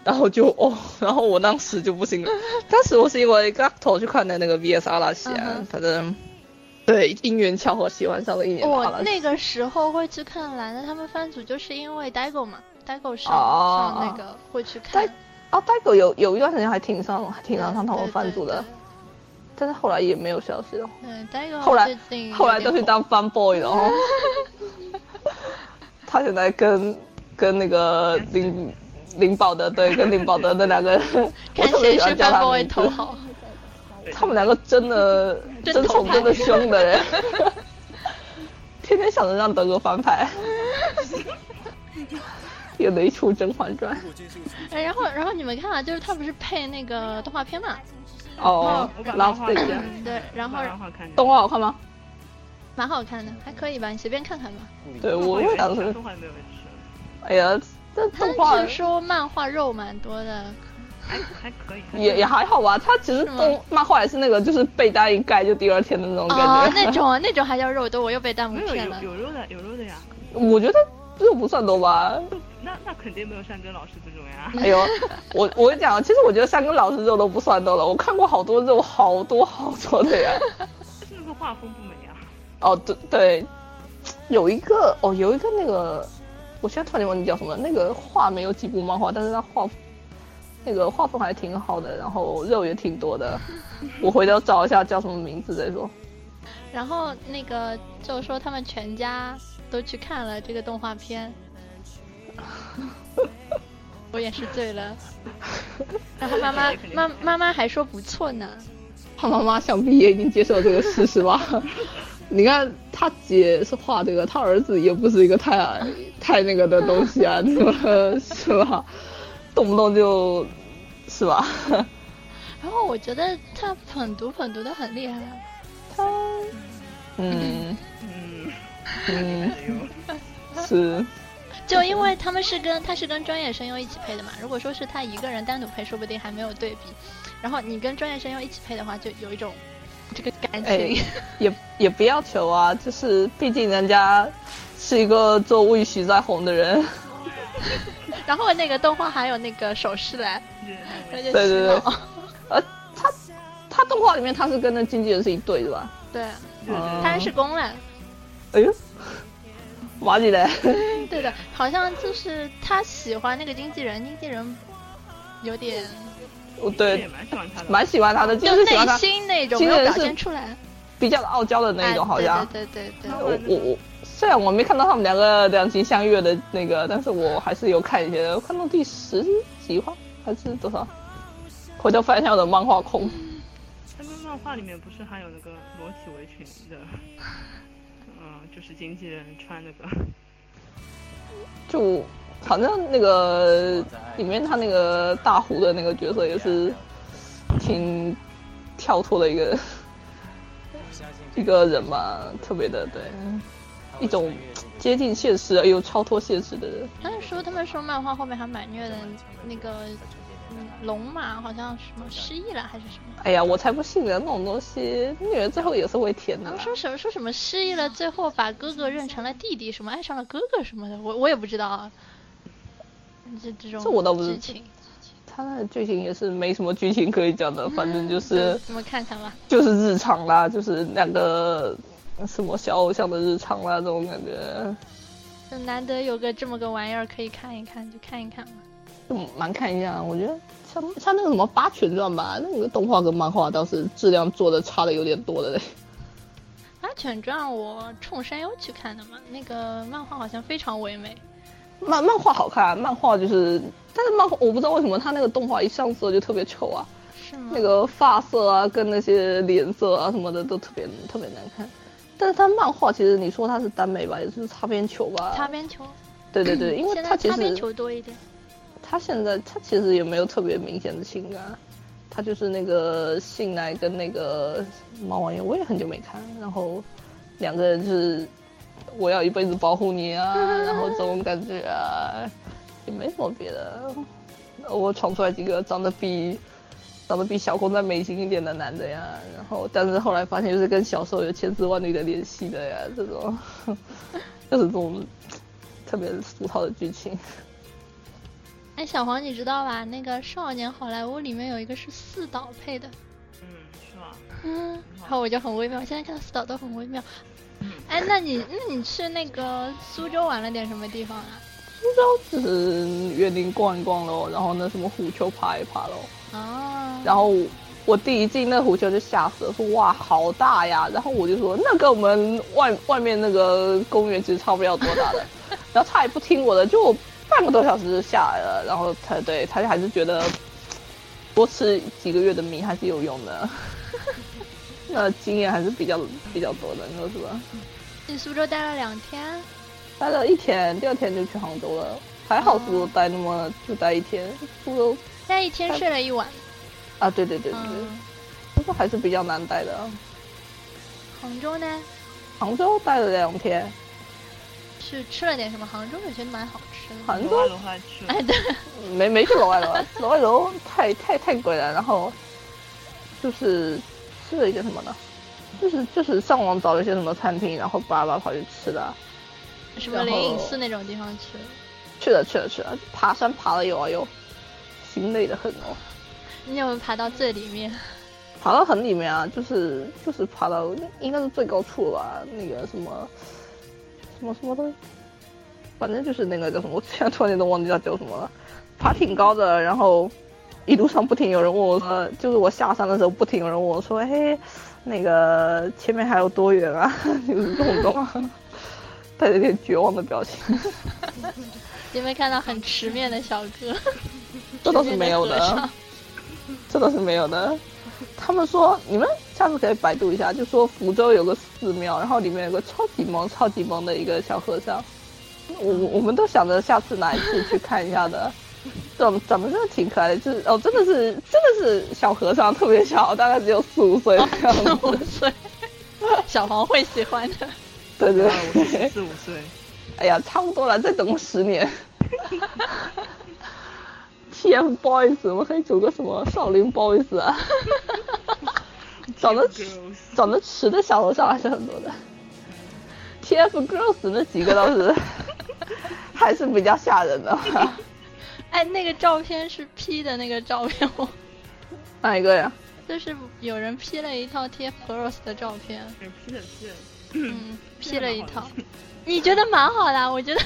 Speaker 3: 然后就哦，然后我当时就不行 了。当时我是因为 Gato 去看的那个 VS 阿拉西啊，
Speaker 2: 嗯哼
Speaker 3: 反正对因缘巧合喜欢上了一年的阿
Speaker 2: 我
Speaker 3: 拉西。
Speaker 2: 那个时候会去看蓝的他们番组，就是因为 Daigo 嘛，Daigo 上、
Speaker 3: 哦
Speaker 2: 上那个会去看。
Speaker 3: Dai- 啊，呆狗有有一段时间还挺上，还挺上上他
Speaker 2: 对
Speaker 3: 们番组的，。但是后来也没有消息了。
Speaker 2: 对对对，Daigo
Speaker 3: 后来
Speaker 2: 最近
Speaker 3: 后来都去
Speaker 2: 有点
Speaker 3: 当 fan boy 了 哦。他现在跟跟那个林林宝德对，跟林宝德那 两个人，
Speaker 2: 火
Speaker 3: 我
Speaker 2: 看
Speaker 3: 特
Speaker 2: 谁
Speaker 3: 别喜
Speaker 2: 是
Speaker 3: 欢叫
Speaker 2: Bad
Speaker 3: 他们
Speaker 2: Boy
Speaker 3: 名
Speaker 2: 头
Speaker 3: 字。
Speaker 2: 号。
Speaker 3: 他们两个真的
Speaker 2: 真
Speaker 3: 真
Speaker 2: 头
Speaker 3: 宠
Speaker 2: 牌
Speaker 3: 真的凶的人，天天想着让德国翻牌，也没出《甄嬛传
Speaker 2: 哎，然后然后你们看啊，就是他不是配那个动画片嘛？》
Speaker 3: 哦
Speaker 4: 我把，
Speaker 3: 然
Speaker 4: 漫
Speaker 3: 后
Speaker 4: 画
Speaker 3: 这
Speaker 4: 看
Speaker 3: 个
Speaker 4: 了，
Speaker 2: 对，然后
Speaker 4: 把漫画看
Speaker 3: 动嗯画好看吗？
Speaker 2: 蛮好看的，还可以吧，你随便看看吧。
Speaker 3: 对我
Speaker 4: 也
Speaker 3: 也想说，
Speaker 4: 动画没有人吃，
Speaker 3: 哎呀，这
Speaker 2: 他
Speaker 3: 动画
Speaker 2: 是说漫画肉蛮多的，
Speaker 4: 还还可以，还
Speaker 3: 也也还好吧，它其实
Speaker 2: 是吗
Speaker 3: 动漫画也是那个，就是被单一盖就第二天的那种感觉。
Speaker 2: 哦， 那种那种还叫肉多，我又被弹幕
Speaker 4: 没有
Speaker 2: 骗
Speaker 4: 有
Speaker 2: 了。
Speaker 4: 有肉的有肉的呀，
Speaker 3: 我觉得这不算多吧。
Speaker 4: 那那肯定没有山根老师这种呀。
Speaker 3: 哎呦，我我跟你讲，其实我觉得三根老师肉都不算多了，我看过好多肉，好多好多的呀。
Speaker 4: 是不是画风不美啊？
Speaker 3: 哦，对对，有一个哦，有一个那个，我现在突然间忘记叫什么，那个画没有几部漫画，但是他画那个画风还挺好的，然后肉也挺多的。我回头找一下叫什么名字再说。
Speaker 2: 然后那个就说他们全家都去看了这个动画 片，我也是醉 了。然后妈妈妈妈妈还说不错呢，
Speaker 3: 他妈妈想必也已经接受这个事实吧。 你看他姐是画这个，他儿子也不是一个太太那个的东西啊，你说 是吧？动不动就是吧？
Speaker 2: 然后我觉得他捧读捧读的很厉害啊，
Speaker 3: 嗯
Speaker 4: 嗯，
Speaker 3: 嗯，
Speaker 4: 哎呦，
Speaker 3: 是
Speaker 2: 就因为他们是跟他是跟专业声优一起配的嘛，如果说是他一个人单独配，说不定还没有对比。然后你跟专业声优一起配的话，就有一种这个感
Speaker 3: 哎
Speaker 2: 情。，
Speaker 3: 也也不要求啊，就是毕竟人家是一个做魏许在红的人，
Speaker 2: 然后那个动画还有那个手势来，那就
Speaker 3: 对对对
Speaker 2: 洗 脑
Speaker 3: 呃，他他动画里面他是跟那经纪人是一对的吧？
Speaker 2: 对，
Speaker 4: 对
Speaker 3: 哦
Speaker 4: 对，
Speaker 2: 当然是公了。
Speaker 3: 哎呦，马里嘞，
Speaker 2: 对的，好像就是他喜欢那个经纪人，经纪人有点
Speaker 3: 我
Speaker 4: 我
Speaker 3: 对
Speaker 4: 也蛮喜欢他的。
Speaker 3: 蛮喜欢他的，就
Speaker 2: 就是
Speaker 3: 喜欢
Speaker 2: 内
Speaker 3: 他
Speaker 2: 心那种
Speaker 3: 经
Speaker 2: 没
Speaker 3: 纪
Speaker 2: 有表
Speaker 3: 人是
Speaker 2: 现出来，
Speaker 3: 比较傲娇的那一种，
Speaker 2: 哎
Speaker 3: 好像。
Speaker 2: 对对对对对。
Speaker 3: 我我我，虽然我没看到他们两个两情相悦的那个，但是我还是有看一些的，我看到第十集吧，还是多少？回头翻一下我的漫画控，
Speaker 4: 他们漫画里面不是还有那个裸体围裙的，嗯，就是经纪人穿那个，
Speaker 3: 就反正那个里面他那个大胡的那个角色也是挺跳脱的一个一个人吧，特别的对，一种接近现实又超脱现实的人。
Speaker 2: 但是说他们说漫画后面还蛮虐的，那个嗯龙马好像什么失忆了还是什么，
Speaker 3: 哎呀，我才不信呢，那种东西女人最后也是会甜的
Speaker 2: 然
Speaker 3: 啦
Speaker 2: 后。说什么说什么失忆了，最后把哥哥认成了弟弟，什么爱上了哥哥什么的，我我也不知道啊。这这种
Speaker 3: 这我倒不是
Speaker 2: 剧情，
Speaker 3: 它那个剧情也是没什么剧情可以讲的，反正就是
Speaker 2: 我们看看吧。
Speaker 3: 就是日常啦，就是两个什么小偶像的日常啦，这种感觉，
Speaker 2: 就难得有个这么个玩意儿可以看一看，就看一看嘛。
Speaker 3: 就蛮看一下。我觉得像像那个什么《八犬传》吧，那个动画跟漫画倒是质量做的差的有点多的嘞。
Speaker 2: 《八犬传》我冲声优去看的嘛，那个漫画好像非常唯美。
Speaker 3: 啊漫漫画好看，漫画就是但是漫画我不知道为什么他那个动画一上色就特别丑啊，
Speaker 2: 是吗？
Speaker 3: 那个发色啊，跟那些脸色啊什么的都特别特别难看。但是他漫画其实你说他是耽美吧，也就是擦边球吧。
Speaker 2: 擦边球，
Speaker 3: 对对对，因
Speaker 2: 嗯
Speaker 3: 为
Speaker 2: 现
Speaker 3: 他
Speaker 2: 在
Speaker 3: 其
Speaker 2: 擦边
Speaker 3: 实
Speaker 2: 球多一点。
Speaker 3: 他现在他其实也没有特别明显的情感，他就是那个信赖跟那个猫王爷，我也很久没看，然后两个人就是我要一辈子保护你啊，然后这种感觉啊，也没什么别的。我闯出来几个长得比长得比小公仔美型一点的男的呀，然后但是后来发现就是跟小时候有千丝万缕的联系的呀，这种 就是这种特别俗套的剧情。
Speaker 2: 哎，小黄，你知道吧？那个《少年好莱坞》里面有一个是四岛配的，
Speaker 4: 嗯，是吧？
Speaker 2: 嗯，然后我就很微妙，现在看到四岛都很微妙
Speaker 4: 嗯。
Speaker 2: 哎，那你那你去那个苏州玩了点什么地方啊？
Speaker 3: 苏州就是园林逛一逛喽，然后那什么虎丘爬一爬喽。
Speaker 2: 哦，
Speaker 3: 然后我弟一进那虎丘就吓死了，说哇好大呀！然后我就说那跟我们外外面那个公园其实差不了多大的。然后他也不听我的，就半个多小时就下来了。然后他对他还是觉得多吃几个月的米还是有用的。 那经验还是比较比较多的，你说是吧？
Speaker 2: 去苏州待了两天，
Speaker 3: 待了一天，第二天就去杭州了。还好苏州待那么就待一天，苏州
Speaker 2: 待一天睡了一晚。
Speaker 3: 啊，对对对对对，
Speaker 2: 嗯，
Speaker 3: 不过还是比较难待的。
Speaker 2: 杭州呢，
Speaker 3: 杭州待了两天，
Speaker 2: 是吃了点什么？杭州我觉得蛮好吃的。
Speaker 3: 杭
Speaker 4: 楼
Speaker 3: 州
Speaker 4: 外楼外去了
Speaker 2: 哎，对，
Speaker 3: 没没去楼外楼，啊 楼外楼太太太贵了。然后就是吃了一个什么呢？就是就是上网找了一些什么餐厅，然后巴拉巴拉跑去吃的。
Speaker 2: 什么灵隐寺那种地方去了。
Speaker 3: 去了去了去了，爬山爬了有啊有，心累得很哦。
Speaker 2: 你有没有爬到最里面？
Speaker 3: 爬到很里面啊，就是就是爬到应该是最高处了吧，那个什么什么什么东西，反正就是那个叫什么， 我现在突然间都忘记它叫什么了。爬挺高的，然后一路上不停有人问我说，就是我下山的时候不停有人问我说，嘿，那个前面还有多远啊？ 就是这种东西，带着点绝望的表情，
Speaker 2: 有没有看到很直面的小 哥？
Speaker 3: 这倒是没有
Speaker 2: 直面和
Speaker 3: 的
Speaker 2: 尚。。
Speaker 3: 这倒是没有的。他们说，你们下次可以百度一下，就说福州有个寺庙，然后里面有个超级萌、超级萌的一个小和尚。我我们都想着下次哪一次去看一下的。长长得真的挺可爱的，就是哦，真的是真的是小和尚，特别小，大概只有四五岁哦的样子。
Speaker 2: 五岁， 小黄会喜欢的。
Speaker 3: 对对
Speaker 4: 啊，我是
Speaker 3: 对，
Speaker 4: 四五 岁，
Speaker 3: 哎呀，差不多了，再等个十年。TFBOYS，我们可以组个什么少林 BOYS 啊？长得
Speaker 4: Girls
Speaker 3: 长得迟的小和尚还是很多的。TF Girls 那几个倒 是还是比较吓人的。
Speaker 2: 哎，那个照片是 P 的那个照片，我
Speaker 3: 哪一个呀？
Speaker 2: 就是有人 P 了一套 TFBOYS 的照片，
Speaker 4: 是 P 的 P 的，
Speaker 2: 嗯，P 了一套
Speaker 4: 蛮好的，
Speaker 2: 你觉得蛮好的啊，我觉 得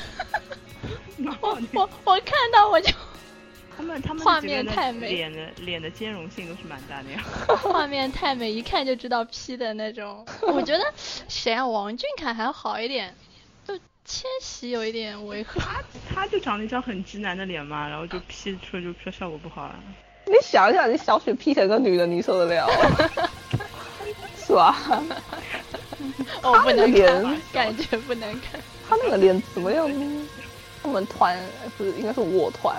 Speaker 4: 蛮好
Speaker 2: 我
Speaker 4: 的
Speaker 2: 我我看到我就
Speaker 4: 他们他们
Speaker 2: 画
Speaker 4: 几个人
Speaker 2: 面
Speaker 4: 的
Speaker 2: 太美
Speaker 4: 脸的脸的兼容性都是蛮大的呀。
Speaker 2: 画面太美，一看就知道 P 的那种。我觉得谁啊，王俊凯还好一点，就千玺有一点违和。
Speaker 4: 他就长了一张很直男的脸嘛，然后就 P 出来就说效果不好啊。
Speaker 3: 你想一想，你小雪 P 成个女的，你受得了？ 是吧？
Speaker 2: 哦，不能看
Speaker 3: 脸，
Speaker 2: 感觉不能看。
Speaker 3: 她那个脸怎么样？我们团哎不是应该是我团，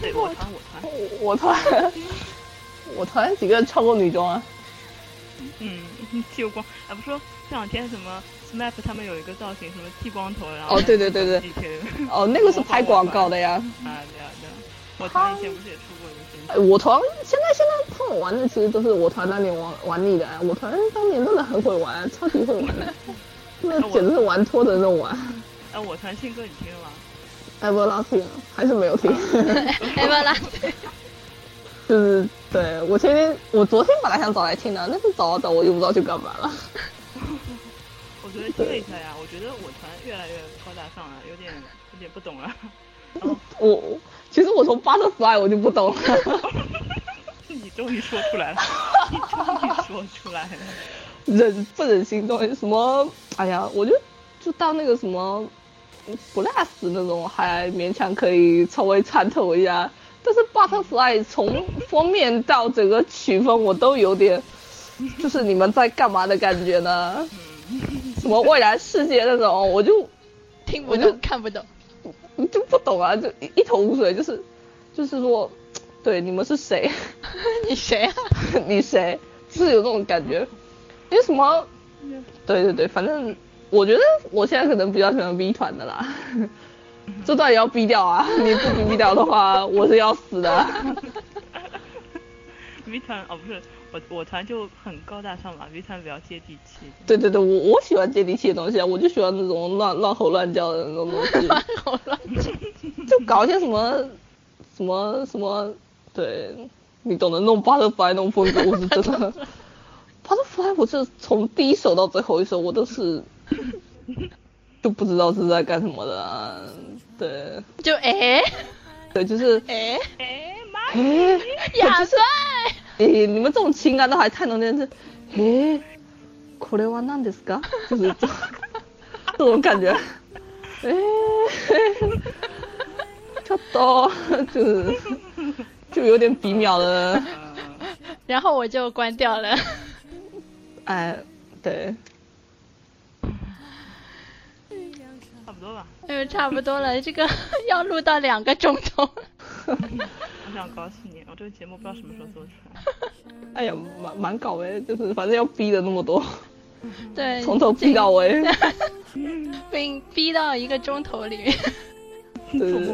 Speaker 4: 对，我团我团，
Speaker 3: 我我团， 我团几个人穿过女装啊？
Speaker 4: 嗯，剃光，啊不说这两天什么 SMAP 他们有一个造型，什么剃光头，然后
Speaker 3: 哦对对对对
Speaker 4: 剃头
Speaker 3: 哦，那个是拍广告的呀。
Speaker 4: 啊对啊对啊，我团以前不是也出过一个新
Speaker 3: 哎，我团现在现在他们玩的其实都是我团当年玩玩腻的，啊我团当年真的很会玩，超级会玩的，那简直是玩脱的那种啊玩。
Speaker 4: 哎、我团新歌你听了吗？
Speaker 3: 艾伯拉听还是没有听，
Speaker 2: 哎，不啦，
Speaker 3: 就是对我前天我昨天本来想找来听的，但是找啊找我又不知道去干嘛了。
Speaker 4: 我觉得听了一下呀，我觉得我团越来越高大上了，有点有点不懂了。然后
Speaker 3: 我其实我从八十来我就不懂了，
Speaker 4: 你终于说出来了，你终于说出来了。
Speaker 3: 忍不忍心东西什么？哎呀，我就就到那个什么 blast 那种还勉强可以稍微参透一下，但是 Butterfly 从封面到整个曲风，我都有点，就是你们在干嘛的感觉呢？什么未来世界那种，我就
Speaker 2: 听不
Speaker 3: 我就
Speaker 2: 懂，看不懂。
Speaker 3: 就不懂啊，就一一头雾水，就是就是说，对，你们是谁？
Speaker 2: 你谁啊？
Speaker 3: 你谁？就是有这种感觉。因为什么？对对对，反正我觉得我现在可能比较喜欢 V 团的啦。
Speaker 2: 嗯
Speaker 3: 这段也要逼掉啊！你不逼逼掉 的话，我是要死的。
Speaker 4: V 团哦，不是我我团就很高大上嘛，V 团比较接地气。
Speaker 3: 对对对，我我喜欢接地气的东西啊，我就喜欢那种乱乱吼乱叫的那种东西。
Speaker 2: 好乱讲。
Speaker 3: 就搞一些什么什么什么，对你懂得弄 butterfly 那种风格，我是真的 butterfly，我是从第一首到最后一首，我都是就不知道是在干什么的、啊，对
Speaker 2: 就哎
Speaker 3: 对，就是
Speaker 2: 哎，
Speaker 4: 哎妈！
Speaker 3: 诶，
Speaker 2: 亚
Speaker 3: 就是
Speaker 2: 帅，
Speaker 3: 诶，你们这种情感都还看懂电视，诶，これは何ですか？就是这这种感觉，诶，ちょっと就是就有点比秒的，
Speaker 2: 然后我就关掉了。
Speaker 3: 哎，对，
Speaker 4: 差不多吧，
Speaker 2: 哎呦，差不多了，这个 要录到两个钟头。
Speaker 4: 我想告诉你，我这个节目不知道什么时候做出来。
Speaker 3: 哎呀，蛮蛮搞诶，就是反正要逼的那么多，
Speaker 2: 对，
Speaker 3: 从头逼到尾，
Speaker 2: 被逼到一个钟头里面。
Speaker 3: 对对对，
Speaker 4: 比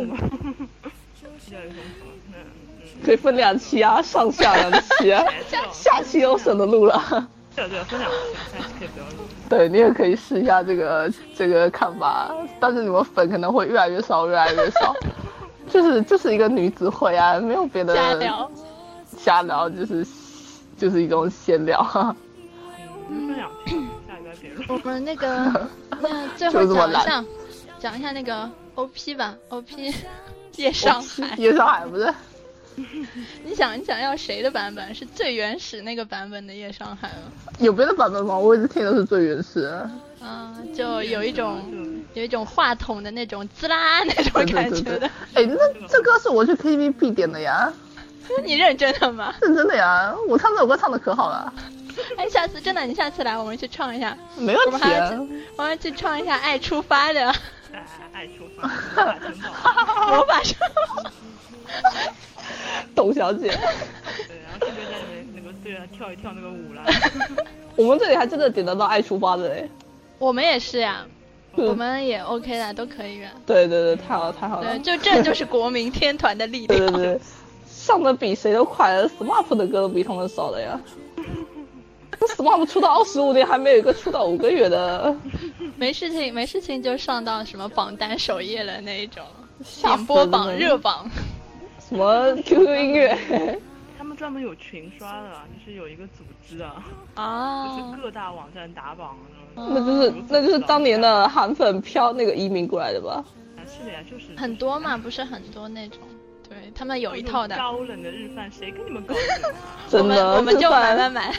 Speaker 4: 较有风格，嗯
Speaker 3: 可以分两期啊，上下两期啊，下期又省得录了。
Speaker 4: 对对，分两期，但是可以不要录。
Speaker 3: 对你也可以试一下这个这个看法，但是你们粉可能会越来越少，越来越少。就是就是一个女子会啊，没有别的
Speaker 2: 瞎聊，
Speaker 3: 瞎聊就是就是一种闲聊。啊
Speaker 4: 嗯，分两期，下礼拜别录。
Speaker 2: 我们那个， 那最后
Speaker 3: 就这么
Speaker 2: 讲一
Speaker 3: 懒
Speaker 2: 下，讲一下那个 OP 吧，OP 夜上海。
Speaker 3: 夜上海不是？
Speaker 2: 你想，你想要谁的版本是最原始那个版本的夜上海吗？
Speaker 3: 有别的版本吗？我一直听的是最原始的。
Speaker 2: 嗯，就有一种有一种话筒的那种滋啦那种
Speaker 3: 对对
Speaker 2: 感
Speaker 3: 对
Speaker 2: 觉
Speaker 3: 对。
Speaker 2: 的。
Speaker 3: 哎，那这歌是我去 KTV 必点的呀，
Speaker 2: 你认真的吗？
Speaker 3: 认真的呀。我唱这首歌唱的可好了，
Speaker 2: 哎，下次真的，你下次来我们去唱一 下，
Speaker 3: 没
Speaker 2: 我
Speaker 3: 问
Speaker 2: 们
Speaker 3: 题
Speaker 2: 还要
Speaker 3: 啊。
Speaker 2: 去我们去唱一下《爱出发》 的
Speaker 4: 爱哎爱出 发，大城堡。
Speaker 2: 魔法生。
Speaker 3: 董小姐，
Speaker 4: 对，然后顺便在里面那个对啊跳一跳那个舞啦。
Speaker 3: 我们这里还真的点得到爱出发的嘞。
Speaker 2: 我们也是呀、
Speaker 3: 嗯
Speaker 2: 我们也 OK 的，都可以的。
Speaker 3: 对对对，太好了太好了
Speaker 2: 对，。就 这就是国民天团的力
Speaker 3: 对对
Speaker 2: 量。
Speaker 3: 对，上的比谁都快，SMAP 的歌都比他们少了呀。那 SMAP 出道二十五年，还没有一个出道五个月的，
Speaker 2: 没事情，没事情就上到什么榜单首页了那一种，
Speaker 3: 吓
Speaker 2: 点
Speaker 3: 死
Speaker 2: 播
Speaker 3: 人
Speaker 2: 榜、
Speaker 3: 了
Speaker 2: 热 榜。
Speaker 3: 什么 QQ 音 乐，
Speaker 4: 他们专门有群刷的，啊就是有一个组织的，就是
Speaker 2: 哦，
Speaker 4: 各大网站打榜啊那种。
Speaker 3: 那
Speaker 2: 啊
Speaker 3: 就是那就是当年的韩粉飘那个移民过来的吧？
Speaker 4: 啊是的呀，就是
Speaker 2: 很多嘛，不是很多那种。对他们有一套的，
Speaker 4: 高冷的日饭，谁跟你们高冷？啊
Speaker 2: 我
Speaker 3: 真
Speaker 2: 们
Speaker 3: 的，
Speaker 2: 我们
Speaker 3: 吃
Speaker 2: 就买买
Speaker 3: 饭
Speaker 2: 买。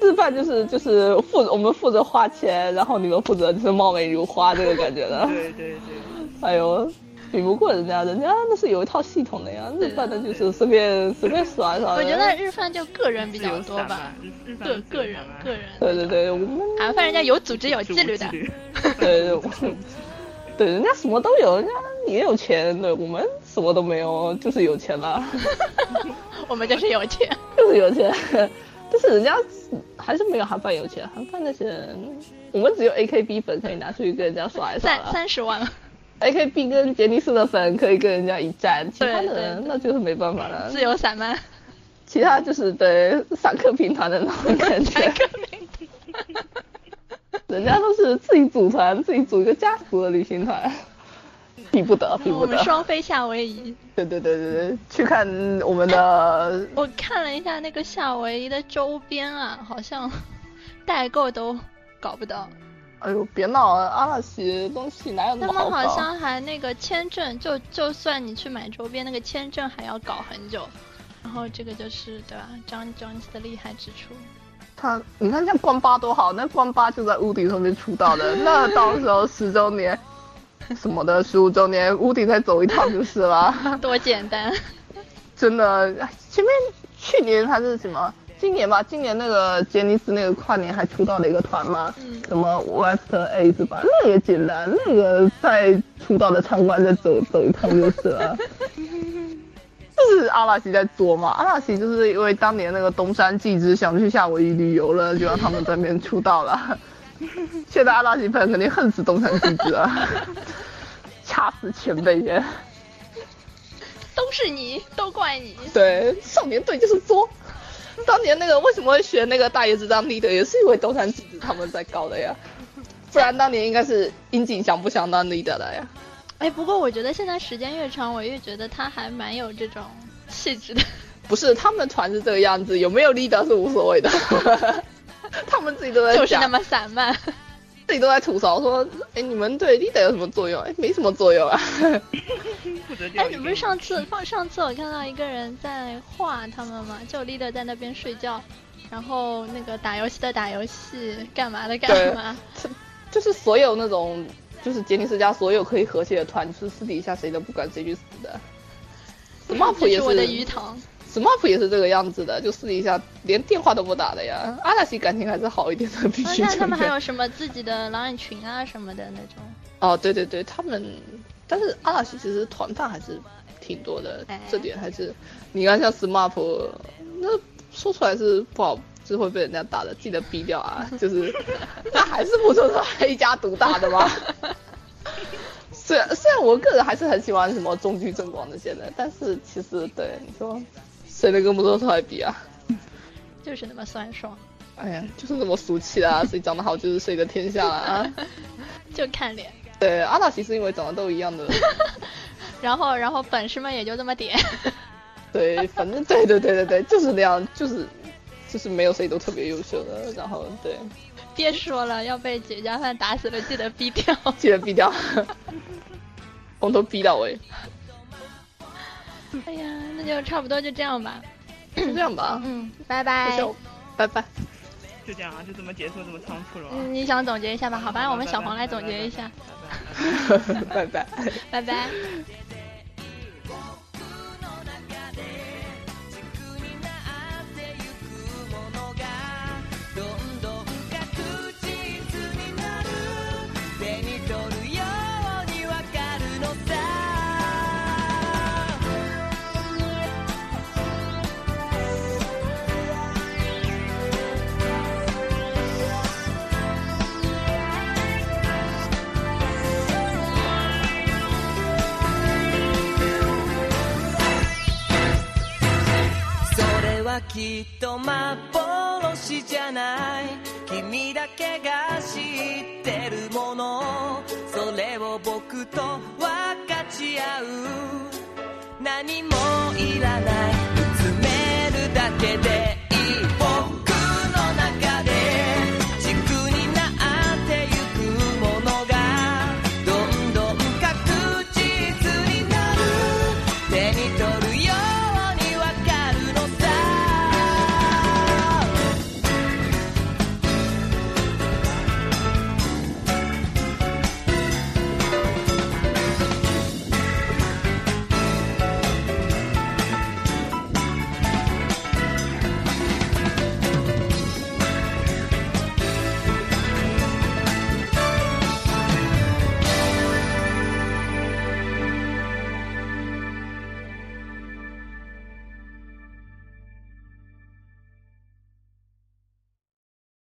Speaker 3: 吃饭就是就是负我们负责花钱，然后你们负责就是貌美如花这个感觉的。
Speaker 4: 对对对，
Speaker 3: 哎呦，比不过人家，人家那是有一套系统的呀，日饭的就是随便随便耍一耍的。
Speaker 2: 啊我觉得日饭就个人比
Speaker 4: 比
Speaker 2: 较多吧，，
Speaker 4: 日日饭
Speaker 2: 个
Speaker 4: 是自由
Speaker 2: 个人
Speaker 4: 散漫
Speaker 2: 个人。
Speaker 3: 对对对，我们
Speaker 2: 啊，反正人家有组织有纪律的。
Speaker 4: 律
Speaker 3: 对对，我对人家什么都有，人家也有钱，对我们什么都没有，就是有钱 啦，
Speaker 2: 我们就是有钱。
Speaker 3: 就是有钱。但是人家还是没有韩范有钱，韩范那些人，我们只有 AKB 粉可以拿出去跟人家耍一 耍啊
Speaker 2: 三
Speaker 3: 了
Speaker 2: 三十万，
Speaker 3: ，AKB 跟杰尼斯的粉可以跟人家一战，其他
Speaker 2: 对
Speaker 3: 的
Speaker 2: 对
Speaker 3: 人那就是没办法了
Speaker 2: 自，由散 漫，
Speaker 3: 其他就是对散客平团的那种感觉，人家都是自己组团，自己组一个家族的旅行团，比不得，比
Speaker 2: 我
Speaker 3: 不
Speaker 2: 们
Speaker 3: 得。
Speaker 2: 双飞夏威夷。
Speaker 3: 对对对对对，去看我们的
Speaker 2: 我看了一下那个夏威夷的周边啊，好像 代购都搞不到，
Speaker 3: 哎呦，别闹了，阿拉西东西哪有那
Speaker 2: 他
Speaker 3: 么
Speaker 2: 们
Speaker 3: 好
Speaker 2: 好
Speaker 3: 搞？
Speaker 2: 像还那个签证，就就算你去买周边，那个签证还要搞很久。然后这个就是对吧张张 n 的厉害之 处，
Speaker 3: 他，你看像关八多好，那关八就在屋顶上面出道的，那到时候十周年什么的，十五周年，屋顶再走一趟就是了。
Speaker 2: 多简单。
Speaker 3: 真的，前面去年还是什么，今年吧，今年那个杰尼斯那个跨年还出道了一个团嘛，
Speaker 2: 嗯
Speaker 3: 什么 West A 是吧？那也简单，那个在出道的场馆再走走一趟就是了。就是阿拉西在做嘛，阿拉西就是因为当年那个东山纪之想去夏威夷旅游了，就让他们在那边出道了。现在阿拉西粉肯定恨死东山纪之了， 掐死前辈耶！
Speaker 2: 都是你，都怪你。
Speaker 3: 对，少年队就是作。当年那个为什么会选那个大野智当 leader，也是因为东山纪之他们在搞的呀，不然当年应该是樱井想不想当 leader 的呀？
Speaker 2: 哎，不过我觉得现在时间越长，我越觉得他还蛮有这种气质的。
Speaker 3: 不是，他们团是这个样子，有没有 leader 是无所谓的， 他们自己都在
Speaker 2: 就是
Speaker 3: 讲
Speaker 2: 那么散漫，
Speaker 3: 自己都在吐槽说，哎，你们对 leader 有什么作用？哎，没什么作用啊。
Speaker 4: 负责掉
Speaker 2: 哎，
Speaker 4: 一
Speaker 2: 你
Speaker 4: 个
Speaker 2: 不是上次放上次我看到一个人在画他们吗？就 leader 在那边睡觉，然后那个打游戏的打游戏，干嘛的干嘛。
Speaker 3: 就是所有那种，就是杰尼斯家所有可以和谐的团，就是私底下谁都不管谁去死的。SMAP
Speaker 2: 这
Speaker 3: 也
Speaker 2: 是我的鱼塘。
Speaker 3: SMAP 也是这个样子的，就私底下连电话都不打的呀。阿拉西感情还是好一点的，必
Speaker 2: 啊
Speaker 3: 须
Speaker 2: 但他
Speaker 3: 承
Speaker 2: 们还
Speaker 3: 认。
Speaker 2: 有什么自己的狼人群啊什么的那种。
Speaker 3: 哦，对对对，他们，但是阿拉西其实团饭还是挺多的
Speaker 2: 哎，
Speaker 3: 这点还是，你看像 SMAP，那说出来是不好，是会被人家打的，记得逼 掉啊。就是，那还是不说他一家独大的吗？ 虽然虽然我个人还是很喜欢什么中居正广那些的，但是其实对你说，谁能跟不说出来比啊？
Speaker 2: 就是那么酸爽，
Speaker 3: 哎呀，就是那么俗气啦、谁长得好就是谁的天下啦、 啊。
Speaker 2: 就看脸。
Speaker 3: 对，阿达其实因为长得都一样的，
Speaker 2: 然后，然后本事嘛也就这么点。
Speaker 3: 对，反正对对对对对，就是那样，就是就是没有谁都特别优秀的，然后对，
Speaker 2: 别说了，要被解家饭打死了，记得逼掉。
Speaker 3: 记得逼 掉，从头逼到尾，
Speaker 2: 哎呀，那就差不多就这样吧。
Speaker 3: 就这样吧，
Speaker 2: 嗯，拜拜
Speaker 3: 就。这样拜拜。
Speaker 4: 就这样啊，就这么结束，这么仓促了啊。
Speaker 2: 嗯，你想总结一下吧？好吧，
Speaker 4: 好
Speaker 2: 我们
Speaker 4: 拜
Speaker 2: 小
Speaker 4: 拜
Speaker 2: 黄来
Speaker 4: 拜
Speaker 2: 总
Speaker 4: 拜
Speaker 2: 结
Speaker 4: 拜
Speaker 2: 一下。
Speaker 3: 拜拜。
Speaker 2: 拜拜。
Speaker 1: どんどん確実になる手に取るようにわかるのさそれはきっと幻じゃない君だけが知ってるものそれを僕と分かち合う何もいらない